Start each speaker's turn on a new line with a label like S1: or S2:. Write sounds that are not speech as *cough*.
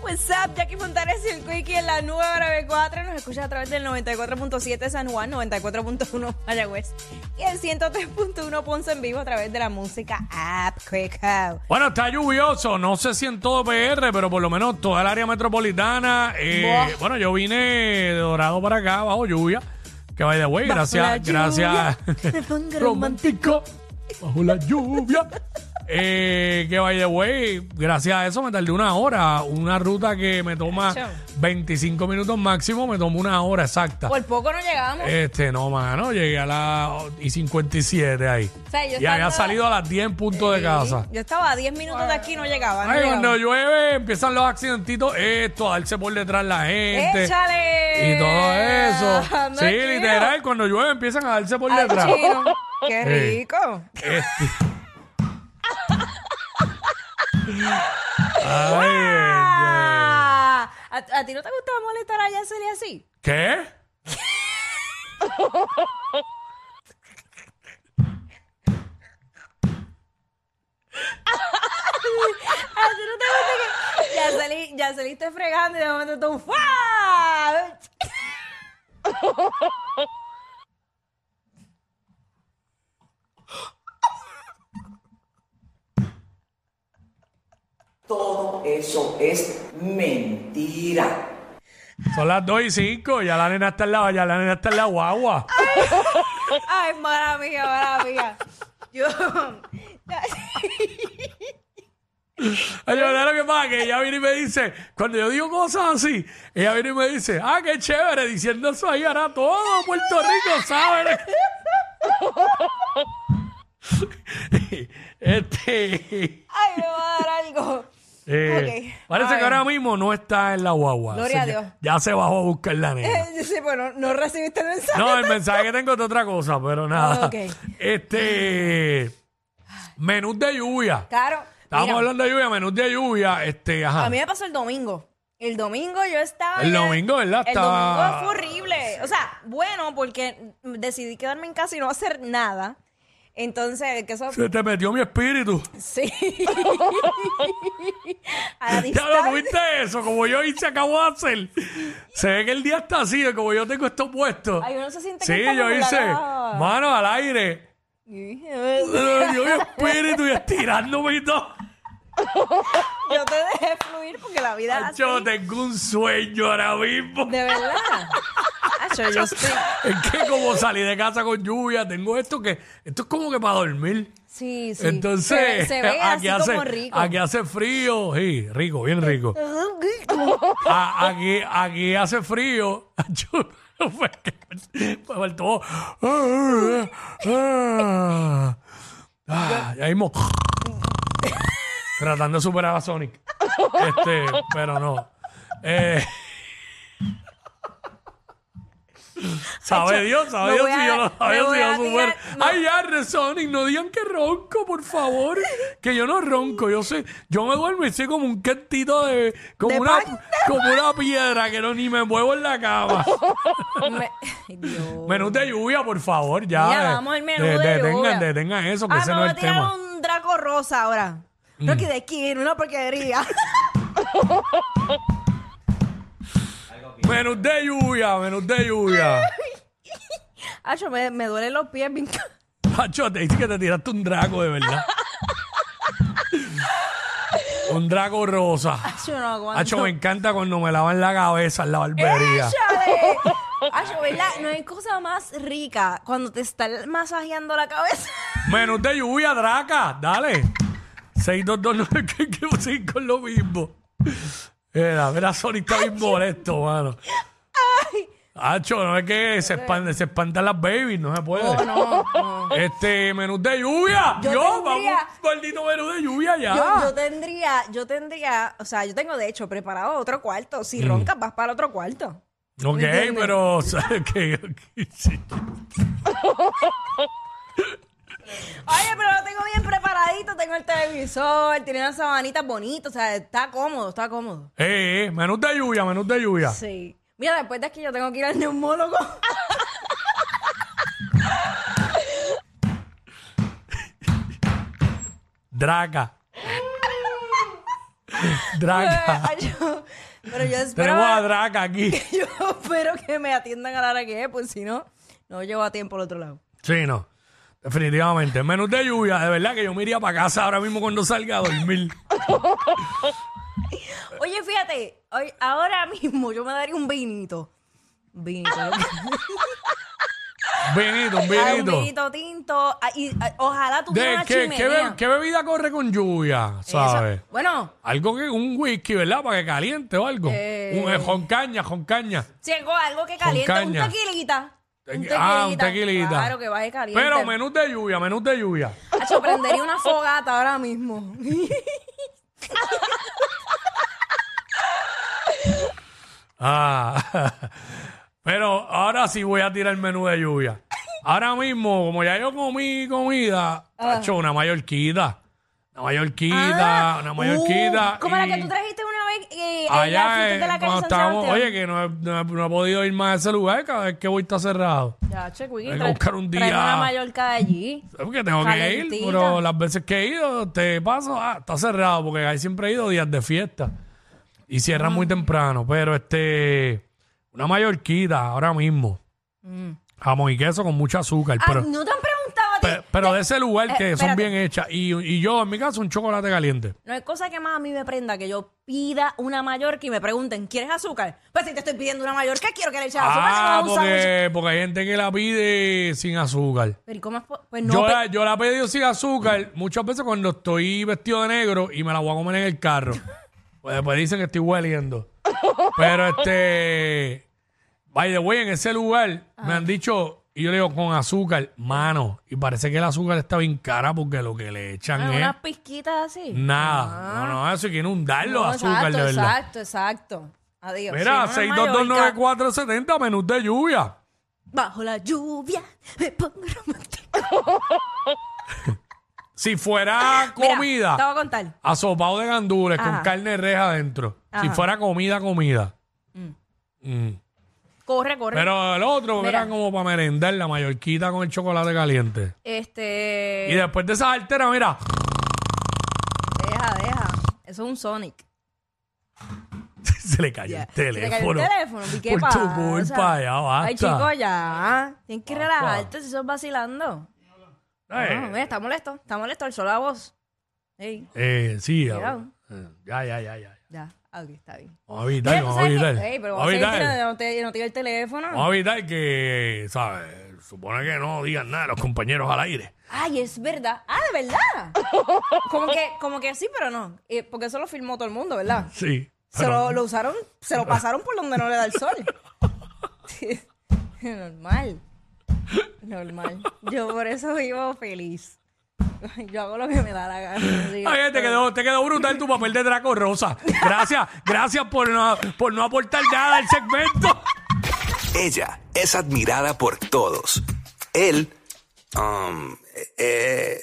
S1: WhatsApp, Jackie Fontanes y el Quickie en la 994. Nos escucha a través del 94.7 San Juan, 94.1 Mayagüez y el 103.1 Ponce en vivo a través de la música App Quick Out.
S2: Bueno, está lluvioso, no sé si en todo PR, pero por lo menos toda el área metropolitana. eh,
S1: Buah.
S2: bueno, yo vine de Dorado para acá, bajo lluvia. Que vaya de way,
S1: Bajo la
S2: gracias,
S1: lluvia, *laughs*
S2: gracias. *laughs*
S1: me pongo romántico.
S2: Bajo la lluvia. Eh, que by the way, gracias a eso me tardé una hora. Una ruta que me toma
S1: Chacho.
S2: 25 minutos máximo, me tomó una hora exacta.
S1: Por poco no llegamos.
S2: Este, no, mano, llegué a las y 57 ahí.
S1: O sea, yo
S2: y había
S1: estaba-
S2: salido a las 10 en punto de casa.
S1: Yo estaba a 10 minutos de aquí y no llegaba. No
S2: Ay,
S1: llegaba.
S2: cuando llueve empiezan los accidentitos, esto, a darse por detrás la gente.
S1: ¡Échale!
S2: este, Y todo eso.
S1: Anda,
S2: sí,
S1: chino.
S2: literal, cuando llueve empiezan a darse por
S1: Ay,
S2: detrás.
S1: chino, ¡Qué
S2: Sí.
S1: rico!
S2: Este. Ay, eh,
S1: Ah, ¿A, a ti no te gustaba molestar a Yaceli así?
S2: ¿Qué?
S1: ¿A ti no te gusta que Yaceli, Yaceli esté fregando y de momento tú ¡fua!
S3: Todo eso es mentira.
S2: Son las 2 y 5, ya la nena está en la, ya la nena está en la guagua.
S1: ¡Ay, mala mía, mala mía! Yo...
S2: Ay, yo, ¿verdad lo que pasa? Que ella viene y me dice, cuando yo digo cosas así, ella viene y me dice, ah, qué chévere, diciendo eso ahí ahora todo Puerto Rico, ¿sabes? *laughs* este.
S1: ¡Ay, me va a dar algo!
S2: eh,
S1: Ok,
S2: Parece
S1: a
S2: que
S1: ver.
S2: ahora mismo no está en la guagua.
S1: Gloria
S2: así
S1: a
S2: que
S1: Dios.
S2: Ya se bajó a buscar
S1: *laughs*
S2: la nena.
S1: Eh, Sí, bueno, no recibiste el mensaje.
S2: No, el mensaje que tengo es de otra cosa, pero nada.
S1: Ah, ok.
S2: Este. Menús de lluvia.
S1: Claro.
S2: Estábamos
S1: mira,
S2: hablando de lluvia, menús de lluvia. Este, ajá.
S1: A mí me pasó el domingo. El domingo yo estaba.
S2: El
S1: ya-
S2: domingo, ¿verdad?
S1: El
S2: Estaba-
S1: domingo fue horrible. O sea, bueno, porque decidí quedarme en casa y no hacer nada. Entonces, que eso.
S2: Se te metió mi espíritu. *laughs*
S1: Sí. a la
S2: Ya lo
S1: distancia.
S2: tuviste eso, como yo hice acabo de hacer. Se ve que el día está así, como yo tengo esto puesto.
S1: Ay, uno se siente que
S2: sí,
S1: está
S2: yo
S1: como
S2: hice
S1: la-
S2: mano al aire. Yo mi espíritu y estirándome y todo.
S1: Yo te dejé fluir porque la vida es así.
S2: Yo tengo un sueño ahora mismo.
S1: De verdad. Acho, Ah, yo estoy.
S2: Es que como salí de casa con lluvia, tengo esto que. Esto es como que para dormir.
S1: Sí, sí.
S2: Entonces,
S1: Se, se ve así
S2: aquí, hace,
S1: como rico.
S2: aquí hace frío. Sí, rico, bien
S1: *laughs*
S2: rico. A- aquí, aquí hace frío. *laughs* Yo- fue que- me faltó.
S1: *laughs*
S2: Ah, ya Ah, mismo. Tratando de superar a Sonic. Este, pero no. Eh, sabe Dios, sabe
S1: me
S2: Dios
S1: voy
S2: si
S1: a-
S2: yo lo sabe
S1: me
S2: Dios
S1: voy
S2: si yo
S1: a
S2: lo
S1: tirar-
S2: supero.
S1: me-
S2: Ay, arre, Sonic, no digan que ronco, por favor. Que yo no ronco, yo sé, yo me duermo y soy como un cantito de, como
S1: De
S2: una,
S1: pan,
S2: como una piedra que no ni me muevo en la
S1: *laughs*
S2: cama.
S1: Me- Ay,
S2: *laughs*
S1: Dios.
S2: Menú de lluvia, por favor, ya.
S1: Mira,
S2: eh,
S1: vamos al menú de
S2: detengan,
S1: lluvia.
S2: detengan eso, que
S1: ah,
S2: ese
S1: me
S2: no
S1: voy
S2: es
S1: a
S2: el
S1: tirar
S2: tema. Mm.
S1: un Draco Rosa ahora. Rocky de Skin, una
S2: *laughs*
S1: porquería.
S2: Menú de lluvia, menú de lluvia.
S1: Acho, Ah, me, me duelen los pies. bien ca- *laughs*
S2: Pacho, te dice que te tiraste un draco, de verdad. un draco rosa.
S1: Acho, no aguanto.
S2: Hacho, me encanta cuando me lavan la cabeza en la barbería.
S1: ¡Échale! Acho, ¿verdad? No hay cosa más rica cuando te están masajeando la cabeza.
S2: Menú de lluvia, Draca, dale. 62295 *laughs* con lo mismo. Era, mira, Sonic está bien molesto, mano. Hacho, no es que se espantan, se espantan las babies, no se puede.
S1: Oh, No,
S2: *laughs*
S1: no.
S2: Este, menú de lluvia. Yo,
S1: Yo tendría-
S2: vamos, maldito menú de lluvia ya.
S1: Yo, yo tendría, yo tendría, o sea, yo tengo de hecho preparado otro cuarto. Si roncas, vas para el otro cuarto.
S2: Ok,
S1: ¿Entiendes?
S2: pero *laughs* ¿sabes qué? Ok, sí.
S1: Oye, pero lo tengo bien preparadito, tengo el televisor, tiene unas sabanitas bonitas, o sea, está cómodo, está cómodo.
S2: Eh, eh, menú de lluvia, menú de lluvia.
S1: Sí. Mira, después de aquí yo tengo que ir al neumólogo.
S2: Draca.
S1: *laughs*
S2: Draca.
S1: Yo- pero yo espero,
S2: Tenemos ah. a Draca aquí.
S1: *laughs* yo espero que me atiendan a la hora que es, pues si no, no llevo a tiempo al otro lado.
S2: Sí, no. Definitivamente. Menos de lluvia, de verdad que yo me iría para casa ahora mismo cuando salga a dormir.
S1: Oye, fíjate, hoy- ahora mismo yo me daría un vinito. Vinito. lo que-
S2: Vinito, un
S1: Ah, un
S2: vinito.
S1: vinito tinto. ah, Y, ah, ojalá tuviera
S2: De,
S1: una
S2: ¿qué,
S1: chimenea.
S2: qué be- qué bebida corre con lluvia?
S1: Eso-
S2: ¿Sabes?
S1: Bueno,
S2: Algo que, un whisky, ¿verdad? Para que caliente o algo.
S1: Eh.
S2: Un, eh, con caña, con caña.
S1: si algo, algo que caliente, un
S2: caña.
S1: tequilita. Un
S2: Tequi- ah, un tequilita.
S1: Claro, que baje caliente.
S2: Pero menús de lluvia, menús de lluvia.
S1: Acho, prendería una fogata ahora mismo.
S2: Ah. *laughs* Pero ahora sí voy a tirar el menú de lluvia. Ahora mismo, como ya yo comí
S1: Ah.
S2: comida, tacho, una mallorquita. Una mallorquita, una mallorquita.
S1: Ah. Uh, como la
S2: y-
S1: que tú trajiste una vez eh, en la
S2: Allá
S1: fiesta
S2: eh,
S1: de la calle
S2: cuando
S1: San
S2: estábamos,
S1: Sebastián.
S2: oye, que no he, no he- no he podido ir más a ese lugar, cada vez que voy está cerrado.
S1: Ya, che, Quickie,
S2: Hay que
S1: trae-
S2: buscar un
S1: traeme
S2: día.
S1: una Mallorca de allí.
S2: Porque tengo que ir,
S1: Calentita.
S2: pero las veces que he ido, te paso, ah, está cerrado, porque ahí siempre he ido días de fiesta. Y
S1: Ah.
S2: cierran muy temprano, pero este, una mallorquita ahora mismo. Jamón y queso con mucho azúcar,
S1: Mm. Ah,
S2: pero,
S1: no te han preguntado a ti.
S2: pe- pero, de ese lugar que
S1: eh,
S2: son
S1: espérate.
S2: bien hechas. Y, y yo, en mi caso, un chocolate caliente.
S1: No hay cosa que más a mí me prenda que yo pida una Mallorca y me pregunten, ¿quieres azúcar? Pues si te estoy pidiendo una Mallorca, quiero que le eches azúcar.
S2: Ah,
S1: si no, un sándwich.
S2: porque, porque hay gente que la pide sin azúcar.
S1: Pero ¿y cómo es po- Pues no,
S2: yo,
S1: pe-
S2: la, yo la he pedido sin azúcar muchas veces cuando estoy vestido de negro y me la voy a comer en
S1: *laughs*
S2: el carro. Pues después dicen que estoy hueliendo. Pero este. By the way, en ese lugar
S1: Ah.
S2: me han dicho, y yo le digo con azúcar, mano. Y parece que el azúcar está bien cara porque lo que le echan
S1: ah,
S2: es
S1: unas pizquitas así.
S2: nada. No, no, eso hay que inundarlo
S1: No,
S2: de azúcar,
S1: exacto,
S2: de verdad.
S1: exacto, exacto. Adiós.
S2: Mira,
S1: Sí, una Mallorca.
S2: 6229470, menús de lluvia.
S1: Bajo la lluvia me pongo romántica.
S2: Si fuera
S1: *laughs* Mira,
S2: comida.
S1: te voy a contar.
S2: Asopado de gandules con
S1: Ajá.
S2: carne de reja adentro. Si
S1: Ajá.
S2: fuera comida, comida. Mm.
S1: Corre, corre.
S2: Pero el otro
S1: Mira.
S2: era como para merendar la mallorquita con el chocolate caliente.
S1: este.
S2: Y después de esa altera, mira. *laughs*
S1: Deja, deja. Eso es un Sonic.
S2: se le cayó
S1: Ya.
S2: el
S1: Se te cayó
S2: teléfono.
S1: el teléfono. ¿Y qué
S2: Por
S1: pasa?
S2: tu culpa, ya basta.
S1: Ay, chicos, ya. Tienes que relajarte si sos vacilando.
S2: Eh,
S1: No, Ah, mira, está molesto. Está molesto el solo a vos. Ey,
S2: eh, sí, ya,
S1: Cuidado.
S2: ya, ya, ya, ya.
S1: ya. Ah, ok, está bien.
S2: Vamos a evitar,
S1: Mira, ¿tú
S2: vamos a
S1: sabes
S2: evitar.
S1: qué? Ey, pero vamos a
S2: Vamos a Ah.
S1: seguir
S2: evitar.
S1: tirando, no te, no te dio el teléfono.
S2: Vamos a evitar que, ¿sabes? Supone que no digan nada los compañeros al aire.
S1: Ay, es verdad. Ah, de verdad. como, que, como que sí, pero no. Eh, porque eso lo filmó todo el mundo, ¿verdad?
S2: Sí.
S1: Se
S2: pero-
S1: lo, lo usaron, se lo pasaron por donde no le da el sol. *laughs* Normal. Normal. Yo por eso vivo feliz. Yo hago lo que me da la gana. así que-
S2: Ay, te quedó, te quedó brutal tu papel de Draco Rosa. Gracias, gracias por no, por no aportar nada al segmento.
S4: Ella es admirada por todos. Él, um, eh,